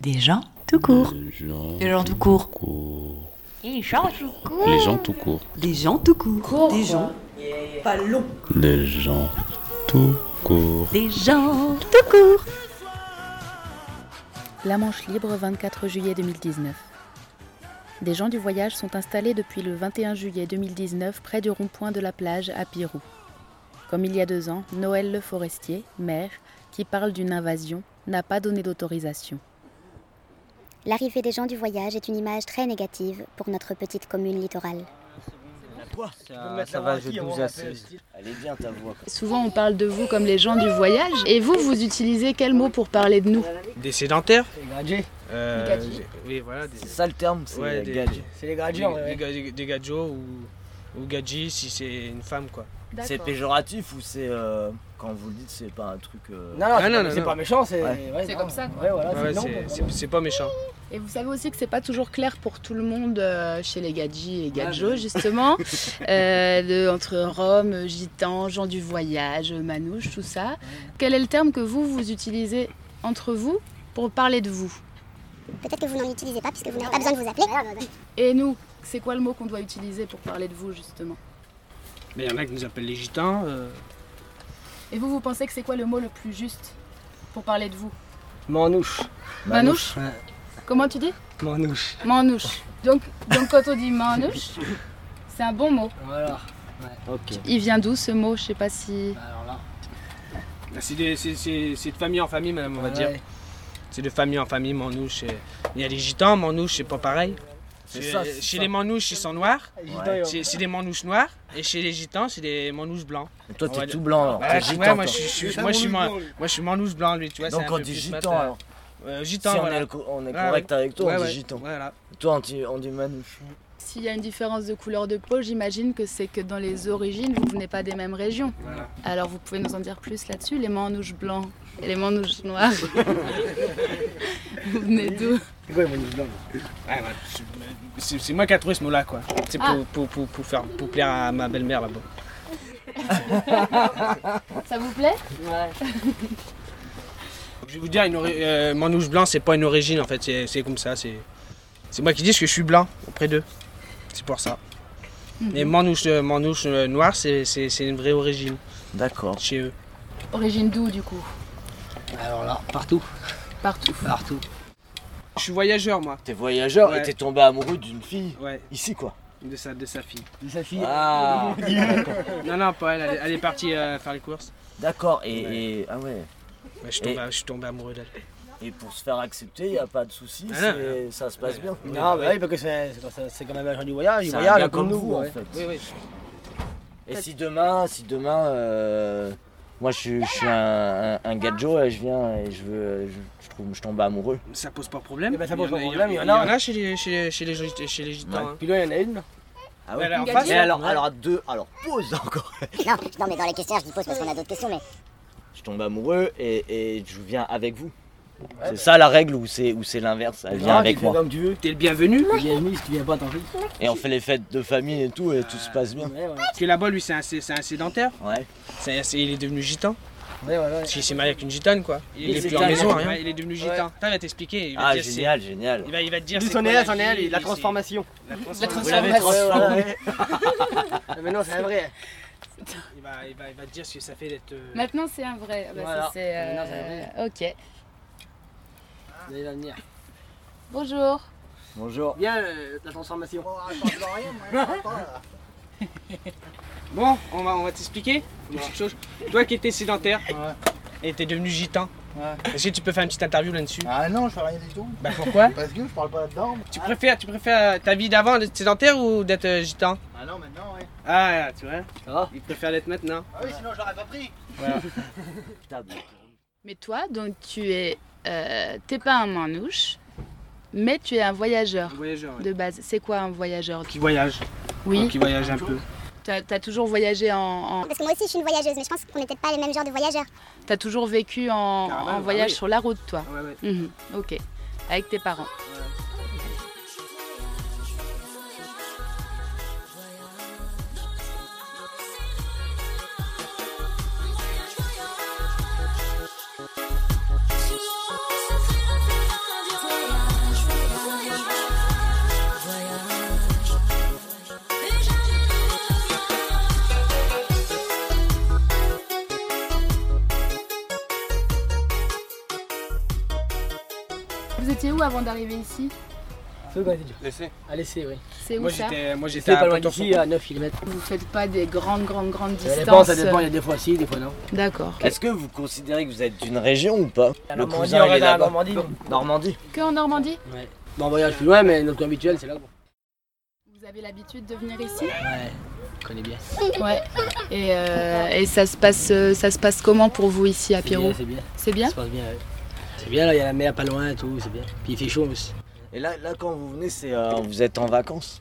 Des gens tout court. Des gens tout court. Des gens tout court. Les gens tout court. Des gens tout court. Court, Des quoi. gens. Pas long. Les gens tout court. Des gens tout court. La Manche Libre, 24 juillet 2019. Des gens du voyage sont installés depuis le 21 juillet 2019 près du rond-point de la plage à Pirou. Comme il y a deux ans, Noël Le Forestier, maire, qui parle d'une invasion, n'a pas donné d'autorisation. L'arrivée des gens du voyage est une image très négative pour notre petite commune littorale. Ah, Ça, ça va, je 12 à 16. Elle est bien ta voix. Souvent on parle de vous comme les gens du voyage, et vous, vous utilisez quel mot pour parler de nous Des sédentaires Des gadgets. j'ai- Oui, voilà, des, C'est ça le terme, c'est Ouais, la des- gadget. C'est les des, gradients, des ga- des- des gadgets ou, ou gadgets si c'est une femme, quoi. C'est péjoratif ou c'est. euh, quand vous le dites, c'est pas un truc. euh, Ah, Non, non, c'est non, pas- non, c'est non. pas méchant, c'est. Ouais. ouais, C'est non. comme ça, Ouais, Ah, voilà, Ouais, c'est non, c'est- quoi. c'est c'est pas méchant. Et vous savez aussi que c'est pas toujours clair pour tout le monde euh, chez les gadji et gadjo justement, euh, de- entre Rome, Gitan, gens du voyage, Manouche, tout ça. Quel est le terme que vous vous utilisez entre vous pour parler de vous Peut-être que vous n'en utilisez pas puisque vous n'avez pas besoin de vous appeler. Et nous, c'est quoi le mot qu'on doit utiliser pour parler de vous justement Mais il y en a qui nous appellent les gitans. euh, Et vous, vous pensez que c'est quoi le mot le plus juste pour parler de vous Manouche. Manouche ouais. Comment tu dis Manouche. Manouche. Donc, donc quand on dit manouche, c'est un bon mot. Voilà. Bah, Ok. Il vient d'où ce mot Je sais pas si. Alors là, Bah, C'est des- c'est- c'est- c'est de famille en famille, madame, on va dire. ouais. C'est de famille en famille, manouche. et- Il y a les gitans, manouche, c'est pas pareil. C'est Chez- ça, c'est chez ça. les manouches, ils sont noirs. Gitan, il- C'est c'est des manouches noires. Et chez les gitans, c'est des manouches blancs. Mais toi, On va t'es dire- tout blanc alors. Bah, T'es tu gitan. vois, moi, toi. je suis- je suis- moi, je suis man- moi, je suis manouche blanc, lui, tu vois. c'est Donc, un on peu dit plus gitan matin. alors. Euh, Si gitan, on voilà. Ah, est co- on est Ouais, correct avec toi, Ouais, on ouais, dit gitan. Voilà. Toi, on dit- on dit manouche. S'il y a une différence de couleur de peau, j'imagine que c'est que dans les origines, vous venez pas des mêmes régions. Voilà. Alors vous pouvez nous en dire plus là-dessus, les manouches blancs et les manouches noirs. vous venez d'où C'est quoi les manouches blancs Ouais, bah, c'est- c'est c'est moi qui ai trouvé ce mot-là, quoi. C'est pour, Ah. pour, pour, pour faire, pour plaire à ma belle-mère là-bas. Ça vous plaît Je vais vous dire, une ori- euh, manouche blanc, c'est pas une origine en fait, c'est c'est comme ça. C'est c'est moi qui dis que je suis blanc auprès d'eux. C'est pour ça. Mais manouche, euh, manouche euh, noire, c'est- c'est c'est une vraie origine D'accord. chez eux. Origine d'où du coup Alors là, partout. Partout. Partout. Je suis voyageur, moi. T'es voyageur Ouais. et t'es tombé amoureux d'une fille. Ouais, Ici quoi. de sa, de sa fille. De sa fille. Ah Non, non, pas elle, elle, est- elle est partie euh, faire les courses. D'accord, et, et- ah ouais. Ouais, Bah, je, suis tombé, Et- je suis tombé amoureux d'elle. Et pour se faire accepter, il n'y a pas de souci, Ah non, Ah c'est- ça se passe bien. Non, bah oui, parce que c'est c'est- c'est- c'est quand même un gens du voyage. Ils C'est un voyagent gars comme bah, comme nous, vous, en ouais. fait. Oui, oui. Et si demain, si demain, euh, moi je, suis- je suis un, un, un gadjo et je viens et je veux, je, je trouve, je tombe amoureux. Ça pose pas de problème. Eh ben, ça pose Il y en a- pas de problème, Il y en a, il y en a chez, les, chez, les- chez les, git- chez les gitans. Ouais. hein. Puis là, il y en a une. Ah Elle est en Gadjo. face, Mais elle. alors, Ouais. alors deux, alors pause encore. Non, non, mais dans les questions, je dis pose parce qu'on a d'autres questions, mais Je tombe amoureux et, et je viens avec vous. C'est ça la règle ou c'est ou c'est l'inverse Elle vient Ah, tu avec fais moi. Comme tu veux. T'es le bienvenu. Tu viens venir, si tu viens pas, tant pis. Et on fait les fêtes de famille et tout et tout se passe bien. Ouais, ouais. Parce que là-bas, lui, c'est un, c'est- c'est un sédentaire. Ouais. C'est- c'est- il est devenu gitan. Ouais, ouais, ouais. Parce qu'il s'est marié avec une gitane, quoi. Il, Il est est plus en maison, gitan, rien. ouais. il est devenu gitan. Putain, Il va t'expliquer. Il va te Ah dire c'est- génial, génial. Il va, il va te dire. Dis c'est son quoi elle, la son elle, vie, la c'est- transformation. la Vous transformation. l'avez transformé. Ah, Mais non, c'est vrai. Il va, il va- il va te dire ce que ça fait d'être. euh, Maintenant c'est un vrai. Ah bah, ça, Voilà. c'est, euh, Maintenant, c'est Ok. Vous allez la venir. Bonjour. Bonjour. Bien euh, la transformation. Bon, on va, on va t'expliquer. une petite chose. Toi qui étais sédentaire et t'es devenu gitan. Est-ce que tu peux faire une petite interview là-dessus Ah non, je fais rien du tout. Bah pourquoi Parce que je parle pas là-dedans. Tu préfères, tu préfères euh, ta vie d'avant d'être sédentaire ou d'être euh, gitan Ah non, maintenant, ouais. Ah, tu vois. Ah. Il préfère l'être maintenant. Ah oui, sinon je l'aurais pas pris. Mais toi, donc tu es, euh, t'es pas un manouche, mais tu es un voyageur Voyageur. ouais. de base. C'est quoi un voyageur Qui voyage. Oui. Enfin, Qui voyage un peu. T'as as toujours voyagé en, en- parce que moi aussi je suis une voyageuse, mais je pense qu'on n'est peut-être pas les mêmes genres de voyageurs. t'as toujours vécu en, Caravane, en ah voyage oui. sur la route, toi. Ouais, ouais. Mhm, ok. Avec tes parents. Vous étiez où avant d'arriver ici C'est quoi, c'est dur Laissez. Allez, c'est oui. C'est où Moi ça j'étais, moi j'étais C'est pas à loin Pointe-au-Prince. d'ici, à 9 km. Vous faites pas des grandes, grandes, grandes Ça dépend, distances euh, ça dépend, il y a des fois si, des fois non. D'accord. Est-ce que vous considérez que vous êtes d'une région ou pas La Le Normandie, cousin, on il est reste à la là-bas. Normandie, Normandie. Que en Normandie Ouais. Bon, on voyage plus loin, mais notre coin habituel, c'est là. quoi. Vous avez l'habitude de venir ici Ouais, je connais bien. Ouais. Et, euh, et ça se passe, euh, ça se passe comment pour vous ici à C'est bien, Pierrot c'est bien. C'est Ça bien se passe bien, ouais. C'est bien, là, il y a la mer pas loin et tout, c'est bien. Puis il fait chaud aussi. Et là, là quand vous venez, c'est euh, vous êtes en vacances.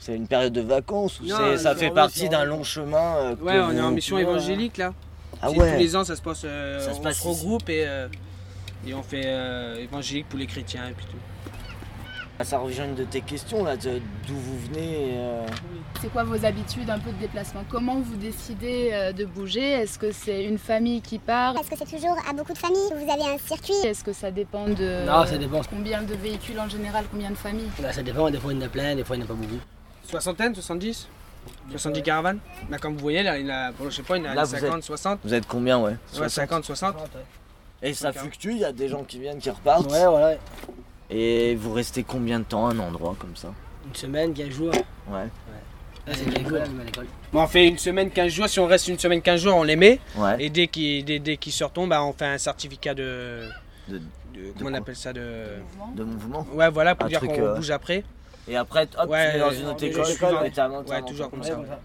C'est une période de vacances ou Non, c'est- ça c'est fait en partie mission. d'un long chemin euh, que Ouais, on est en vous- mission évangélique là. Ah C'est Tous ouais. les ans, ça se passe. euh, Ça se on passe se ici. regroupe et, euh, et on fait euh, évangélique pour les chrétiens et puis tout. Ça revient à une de tes questions là, de- d'où vous venez. et, euh, C'est quoi vos habitudes un peu de déplacement Comment vous décidez euh, de bouger Est-ce que c'est une famille qui part Est-ce que c'est toujours à beaucoup de familles Vous avez un circuit Est-ce que ça dépend de Non, ça dépend. combien de véhicules en général, combien de familles Là, Bah, ça dépend, des fois il y en a plein, des fois il n'y en a pas beaucoup. Soixantaine, 70 70 caravanes Bah, Comme vous voyez, là, il y en a, bon, je sais pas, il y en a Là, vous 50, 60. Vous êtes combien, ouais Ouais, 60. 50, 60. Ah, Et ça Cinquante. fluctue, il y a des gens qui viennent, qui repartent. Ouais, voilà, Et vous restez combien de temps à un endroit comme ça une semaine, 15 jours. Ah, Ouais. Là, c'est 15 jours, là, même à l'école. Bon, on fait une semaine, 15 jours. Si on reste une semaine, 15 jours, on les met. Ouais. Et dès qu'ils dès, dès qu'ils se retombent, bah, on fait un certificat de. De- de- comment on quoi appelle ça de... De mouvement. Ouais, voilà, pour Un dire truc, qu'on euh, bouge après. Et après, hop, Ouais, tu es dans une autre on est école, toujours et t'es à comme ça. l'internat. Ouais, toujours comme Ouais, ça. comme ça.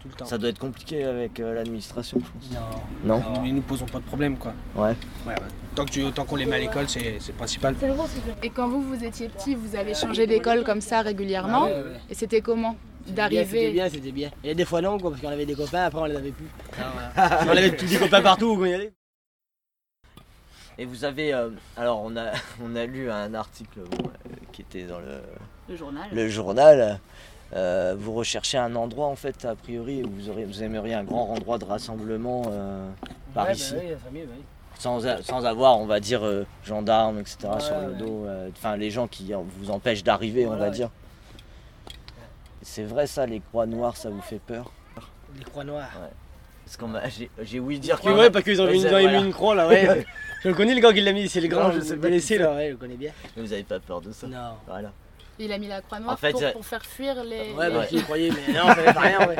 Tout le temps. Ça doit être compliqué avec euh, l'administration, je pense. Non. Non Ils nous posons pas de problème, quoi. Ouais. Ouais, ouais. Tant que tu- tant qu'on les met à l'école, c'est c'est le principal. Et quand vous, vous étiez petit, vous avez changé d'école comme ça Ah régulièrement ouais, ouais. Et c'était comment C'était d'arriver bien, c'était bien. Et des fois non, quoi, parce qu'on avait des copains, après on les avait plus. Ah, on avait tous des copains partout où on y allait. Et vous avez. euh, alors, on a, on a lu un article bon, euh, qui était dans le, le journal le journal. Euh, vous recherchez un endroit, en fait, a priori, où vous, aurez, vous aimeriez un grand endroit de rassemblement euh, par Ouais, bah ici. oui, la famille, bah oui. sans, a- sans avoir, on va dire, euh, gendarmes, etc. sur le ouais. dos. euh, Enfin, les gens qui euh, vous empêchent d'arriver, on Voilà, va ouais. dire. C'est vrai, ça, les croix noires, ça vous fait peur Les croix noires. Parce qu'on m'a- j'ai j'ai ouï dire que. parce qu'ils ont mis une- ils ont mis une croix là, ouais. je le connais le gars qui l'a mis, c'est le grand, vous le connaissez, là, ouais, je le connais bien. Mais Vous avez pas peur de ça Non. Voilà. Il a mis la croix noire En fait, pour, j'ai- pour faire fuir les. Ouais, bah Ouais. j'y croyais, mais non, ça n'avait pas rien, ouais.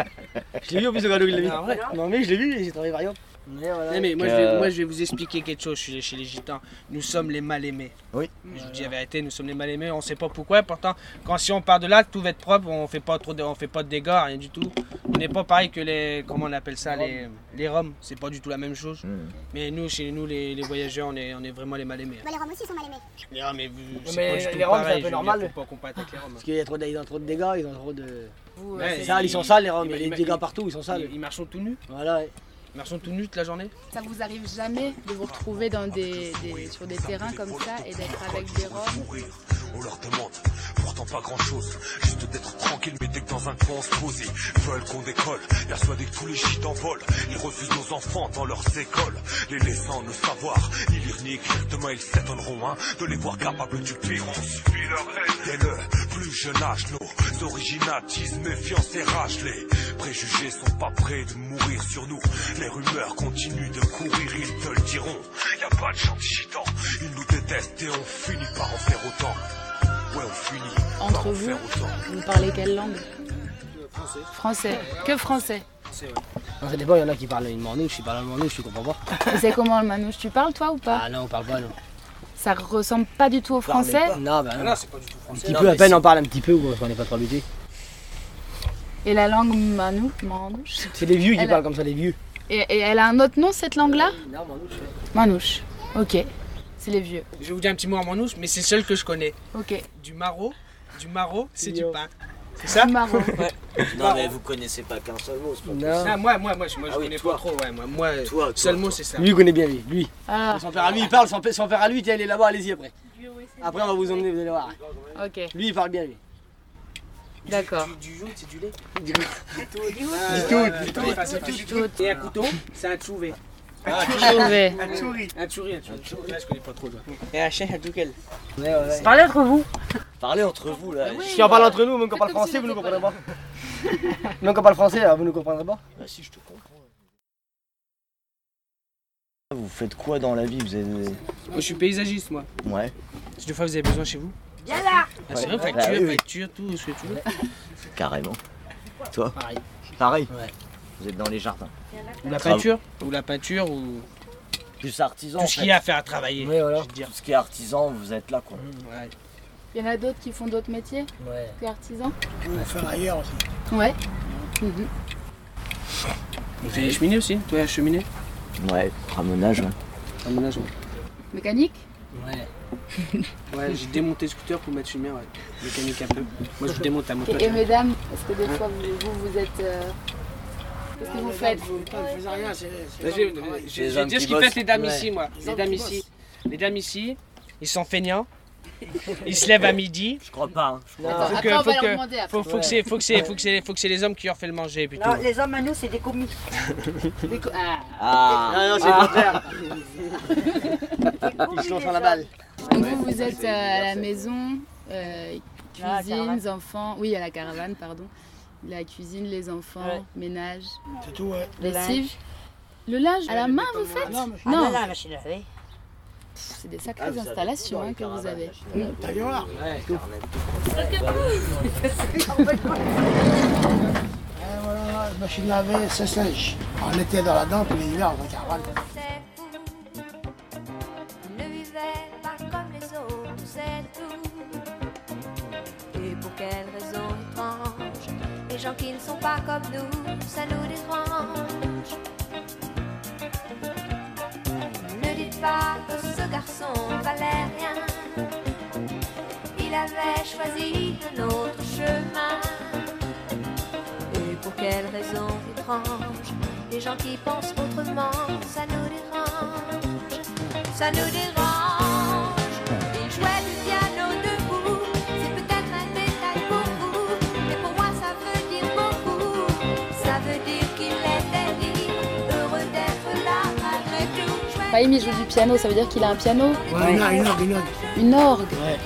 Je l'ai vu en plus, le gars qui l'a mis. Ah, ouais. Non, mais je l'ai vu, j'ai trouvé variant. Ouais, Non, voilà. Eh, mais moi, que- je vais, moi, je vais vous expliquer quelque chose chez, chez les gitans. Nous sommes les mal aimés. Oui. Je vous dis la vérité, nous sommes les mal aimés. On ne sait pas pourquoi. Pourtant, quand si on part de là, tout va être propre. On fait pas trop, de, on fait pas de dégâts, rien du tout. On n'est pas pareil que les, comment on appelle ça, les, les roms. C'est pas du tout la même chose. Mm. Mais nous, chez nous, les, les voyageurs, on est, on est vraiment les mal aimés. Bah, Les Roms aussi sont mal aimés. Les roms, mais vous, c'est mais pas du les tout Roms, c'est un pareil. peu Je veux dire, normal. faut pas comparer avec les roms. Parce qu'ils ont trop de- ils ont trop de dégâts, ils ont trop de. Vous, euh, Ouais, c'est- ça- Sales, ils sont sales, les Roms, il y a ils- des dégâts partout, ils sont sales. Ils, ils marchent tout nus. Voilà, ouais. Ils marchent tout nus toute la journée. Ça vous arrive jamais de vous retrouver dans des, des- sur des terrains comme ça et d'être avec des Roms On leur demande pourtant pas grand chose, juste d'être tranquille, mais dès que dans un coin on se pose, ils veulent qu'on décolle, persuadés que tous les shit en vol, ils refusent nos enfants dans leurs écoles, les laissant ne savoir, ni lire ni écrire, demain ils s'étonneront, hein, de les voir capables du pire, on subit leur haine. Dès le plus jeune âge, nos originatismes, méfiance et rage, les préjugés sont pas prêts de mourir sur nous, les rumeurs continuent de courir, ils te le diront, y a pas de gentil gitan, ils nous détestent et on finit par en faire autant. Ouais, on finit Entre par en vous, faire autant. Vous parlez quelle langue Français. Français. Que français Non, ça dépend, il y en a qui parlent une manouche, ils parlent une manouche, tu comprends pas. Et c'est comment le manouche Tu parles toi ou pas Ah non, on parle pas, non. Ça ressemble pas du tout au français. Non, bah Ah non. non, c'est pas du tout Un français. petit Non, peu, à mais peine on parle un petit peu, quoi, parce qu'on n'est pas trop habitué. Et la langue manou, manouche. C'est les vieux qui Elle- parlent comme ça, les vieux. Et, et elle a un autre nom cette langue-là Non, manouche, Manouche. Ok. C'est les vieux. Je vais vous dire un petit mot en manouche, mais c'est le seul que je connais. Ok. Du maro, du maro, c'est du Yo. pain. C'est ça Marron. Non, mais vous connaissez pas qu'un seul mot, c'est pas possible. Non. Ah, moi, moi, moi, je, moi, je Ah oui, connais toi. pas trop. Ouais, moi, moi Toi, toi, seul mot, toi. c'est ça. Lui, il connaît bien, lui. lui. Ah, Son père à lui, il parle, son père, son père à lui, tiens, il est là-bas, allez-y après. Après, on va vous emmener, vous allez voir. ok. Lui, il parle bien, lui. D'accord. Du jaune, c'est du lait. Du Du tout, du tout. Et un couteau, c'est un chouvé. Trouvé. Un chouri. Un chouri, un chouri. Là, je connais pas trop. Là. Et un chien, un douquel. Parlez entre vous. Parlez entre vous, là. Si on parle entre nous, même qu'on Faites parle comme français, si vous nous j'étais pas comprenez pas. Même qu'on parle français, là, vous nous comprendrez pas. Bah si, je te comprends. Vous faites quoi dans la vie Vous avez... Moi, je suis paysagiste, moi. Ouais. Si des fois vous avez besoin chez vous. Viens là Ah, c'est vrai, Ouais. Bah facture, oui, oui. facture, tout ce que tu veux. Carrément. Toi Pareil. Pareil Vous êtes dans les jardins. Ou la peinture, ou la peinture, ou. Plus artisan. Tout ce qu'il y a à faire à travailler. Oui, voilà. Tout ce qui est artisan, vous êtes là quoi. Il y en a d'autres qui font d'autres métiers Ouais. que artisans On va faire ailleurs aussi. Ouais. On fait les cheminées aussi, toi la cheminée. Mmh. Ouais, ramonage. ouais. Ramonage, ouais. Mécanique Ouais. ouais, j'ai démonté le scooter pour mettre une mien, ouais. Mécanique un peu. Moi, je vous démonte à mon Et, et mesdames, est-ce que des fois vous, vous, vous êtes. euh, Qu'est-ce que vous faites vous rien, c'est. Là, Je je- je Les vais hommes dire qui ce qu'ils fêtent bossent. les dames Ouais. ici, moi. Les Les hommes dames qui ici. Les dames ici, ils sont feignants. Ils se lèvent à midi. Je crois pas. hein. Attends, Faut attends, que- on faut va leur que- demander après. faut- faut que c'est- faut que c'est- faut que c'est- faut que c'est les hommes qui leur fait le manger plutôt. Non, les hommes à nous, c'est des commis. Des co- ah. Ah. Non, non, c'est Ah. le contraire. Ils se lancent dans la balle. Donc vous, vous êtes euh, à la maison, euh, Ah, cuisine, caravane. enfants. Oui, à la caravane, pardon. La cuisine, les enfants, Ouais. ménage. C'est tout, ouais. Le Lessive. linge. Le linge à la main, vous faites Non, mais- Ah, non, la machine à laver. Pff, C'est des sacrées installations hein, que vous avez. T'as vu voir voilà, machine à laver, c'est sèche. En été dans la dent, puis l'hiver, on caravane. C'est fou, il ne vivait pas comme les autres, c'est tout. Et pour quelle raison étrange, les gens qui ne sont pas comme nous, ça nous dérange. Ne dites pas que ce garçon valait rien, il avait choisi un autre chemin. Et pour quelle raison étrange Les gens qui pensent autrement, ça nous dérange, ça nous dérange. Ils jouaient du piano debout, c'est peut-être un détail pour vous, mais pour moi ça veut dire beaucoup. Ça veut dire qu'il était libre, heureux d'être là malgré tout. Fahim, Bah, il joue du piano, ça veut dire qu'il a un piano Ouais, une, une orgue, une orgue. Une orgue Ouais.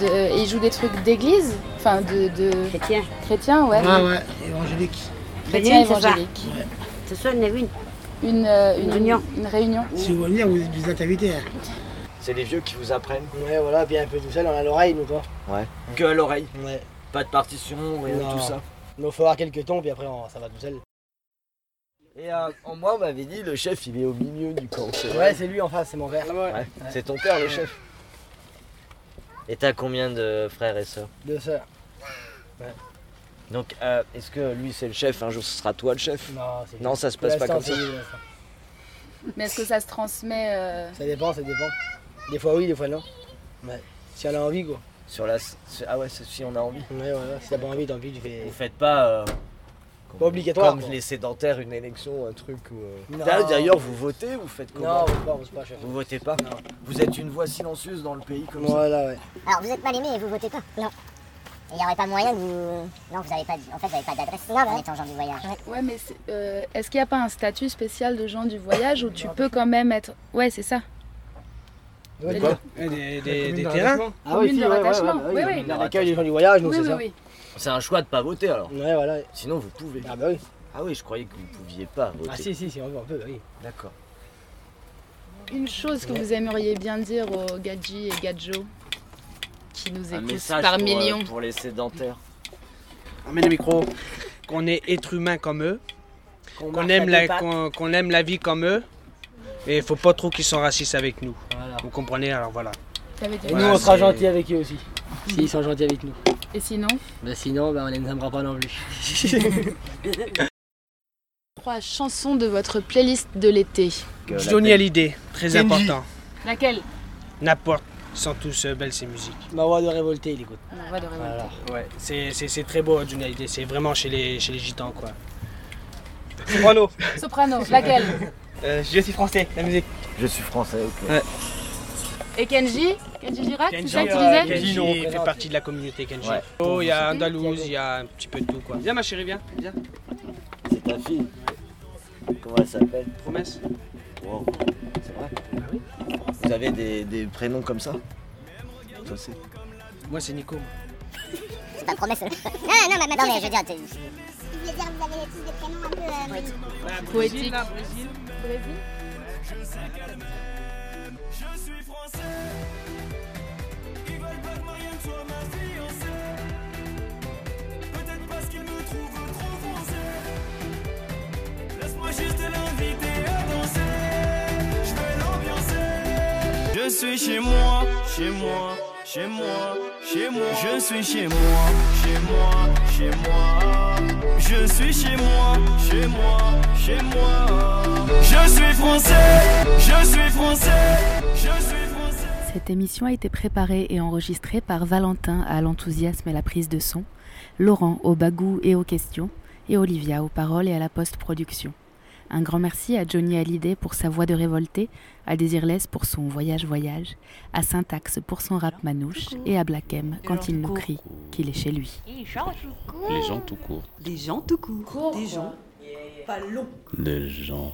De- euh, et il joue des trucs d'église Enfin, de, de... Chrétien. Chrétien, Ah, ouais. Ah, Ouais, ouais, évangélique. Chrétien évangélique. Ouais. Ce soir, on a vu une, euh, une, Réunion. une réunion. Si vous voulez venir, vous, vous êtes invité. hein. C'est les vieux qui vous apprennent. Ouais, voilà, puis un peu tout seul, on a l'oreille, nous, quoi. Ouais. Que à l'oreille. Ouais. Pas de partition, rien Non. de tout ça. Donc, faut avoir quelques tons, puis après, on- ça va tout seul. Et euh, en moi, on m'avait dit le chef, il est au milieu du camp. c'est vrai Ouais, c'est lui en face, c'est mon frère. Ouais. C'est ton père, le chef. Et t'as combien de frères et sœurs Deux sœurs. Ouais. Donc, euh, est-ce que lui, c'est le chef Un jour, ce sera toi le chef Non, c'est- non ça se passe pas Pour comme l'instant, ça. c'est lui, pour l'instant. Mais est-ce que ça se transmet euh, Ça dépend, ça dépend. Des fois oui, des fois non. Ouais. Si on a envie quoi. Sur la... sur- Ah ouais, c'est- si on a envie. Ouais, voilà. Si t'as pas envie, tant pis, tu fais. Vous faites pas... euh, Pas obligatoire. Comme quoi. les sédentaires, une élection, un truc ou... euh, Non. D'ailleurs, D'ailleurs, vous votez, vous faites comment Non, on vote pas, on vote pas, chef. Vous votez pas Vous êtes une voix silencieuse dans le pays comme Voilà, ouais. Alors vous êtes mal aimé et vous votez pas Non. Il n'y aurait pas moyen que vous. Non, vous n'avez pas. En fait, vous n'avez pas d'adresse en étant gens du voyage. Ouais, mais c'est- euh, est-ce qu'il n'y a pas un statut spécial de gens du voyage où tu peux quand même être. Ouais, c'est ça. Ouais, quoi Euh, Des, des, des de terrains Ah oui, Commune si, de ouais, ouais, ouais, rattachement. bah Oui, oui, oui. on accueille les gens du voyage, nous, Oui, c'est oui, ça. oui. C'est un choix de pas voter alors. Ouais, voilà. Sinon vous pouvez. Ah bah oui. Ah oui, je croyais que vous pouviez pas voter. Ah si, si, si, on veut, on peut, bah oui. D'accord. Une chose que Ouais. vous aimeriez bien dire aux Gadji et Gadjo qui nous Un écoutent message par pour, euh, millions. pour les sédentaires. Amène le micro. Qu'on est être humain comme eux. Qu'on Qu'on marche à aime, deux la, pattes. qu'on, qu'on aime la vie comme eux. Et il faut pas trop qu'ils sont racistes avec nous. Vous comprenez Alors voilà. T'avais dit- Et Voilà, nous, on sera c'est- gentils avec eux aussi. S'ils sont gentils avec nous. Et sinon Bah sinon, bah, on les aimera pas non plus. Trois chansons de votre playlist de l'été. Johnny Hallyday, très Kenji. important. Laquelle N'importe, ils sont tous euh, belles ces musiques. Ma voix de révolté, il écoute. Ma voix de révolté. Ouais, c'est, c'est, c'est très beau Johnny Hallyday, c'est vraiment chez les, chez les gitans quoi. Soprano Soprano, laquelle euh, Je suis français, la musique. Je suis français, ok. Et Kenji Kenji Girac, Ah, c'est Kenji, ça que tu euh, disais Kenji fait partie de la communauté Kenji. Ouais. Oh, il y a Andalouse, il y a un petit peu de tout quoi. Viens ma chérie, viens, viens. C'est ta fille. Comment elle s'appelle Promesse. Wow. C'est vrai Ah Vous avez des, des prénoms comme ça Toi c'est. Moi c'est Nico. C'est pas promesse. non, bah, non, mais Non, mais je veux dire. Tu voulais dire, vous avez tous des prénoms un peu. euh, Poétique. Je suis français. suis chez moi, chez moi, chez moi, chez moi. Je suis chez moi, chez moi, chez moi. Je suis chez moi, chez moi, chez moi. Je suis français, je suis français, je suis Cette émission a été préparée et enregistrée par Valentin à l'enthousiasme et la prise de son, Laurent au bagou et aux questions, et Olivia aux paroles et à la post-production. Un grand merci à Johnny Hallyday pour sa voix de révolté, à Désirless pour son voyage voyage, à Syntax pour son rap manouche et à Black M quand il nous crie qu'il est chez lui. Les gens tout court. Les gens tout court. Des gens tout court. Des gens pas longs. Les gens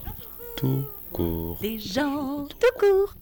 tout court. Des gens tout court.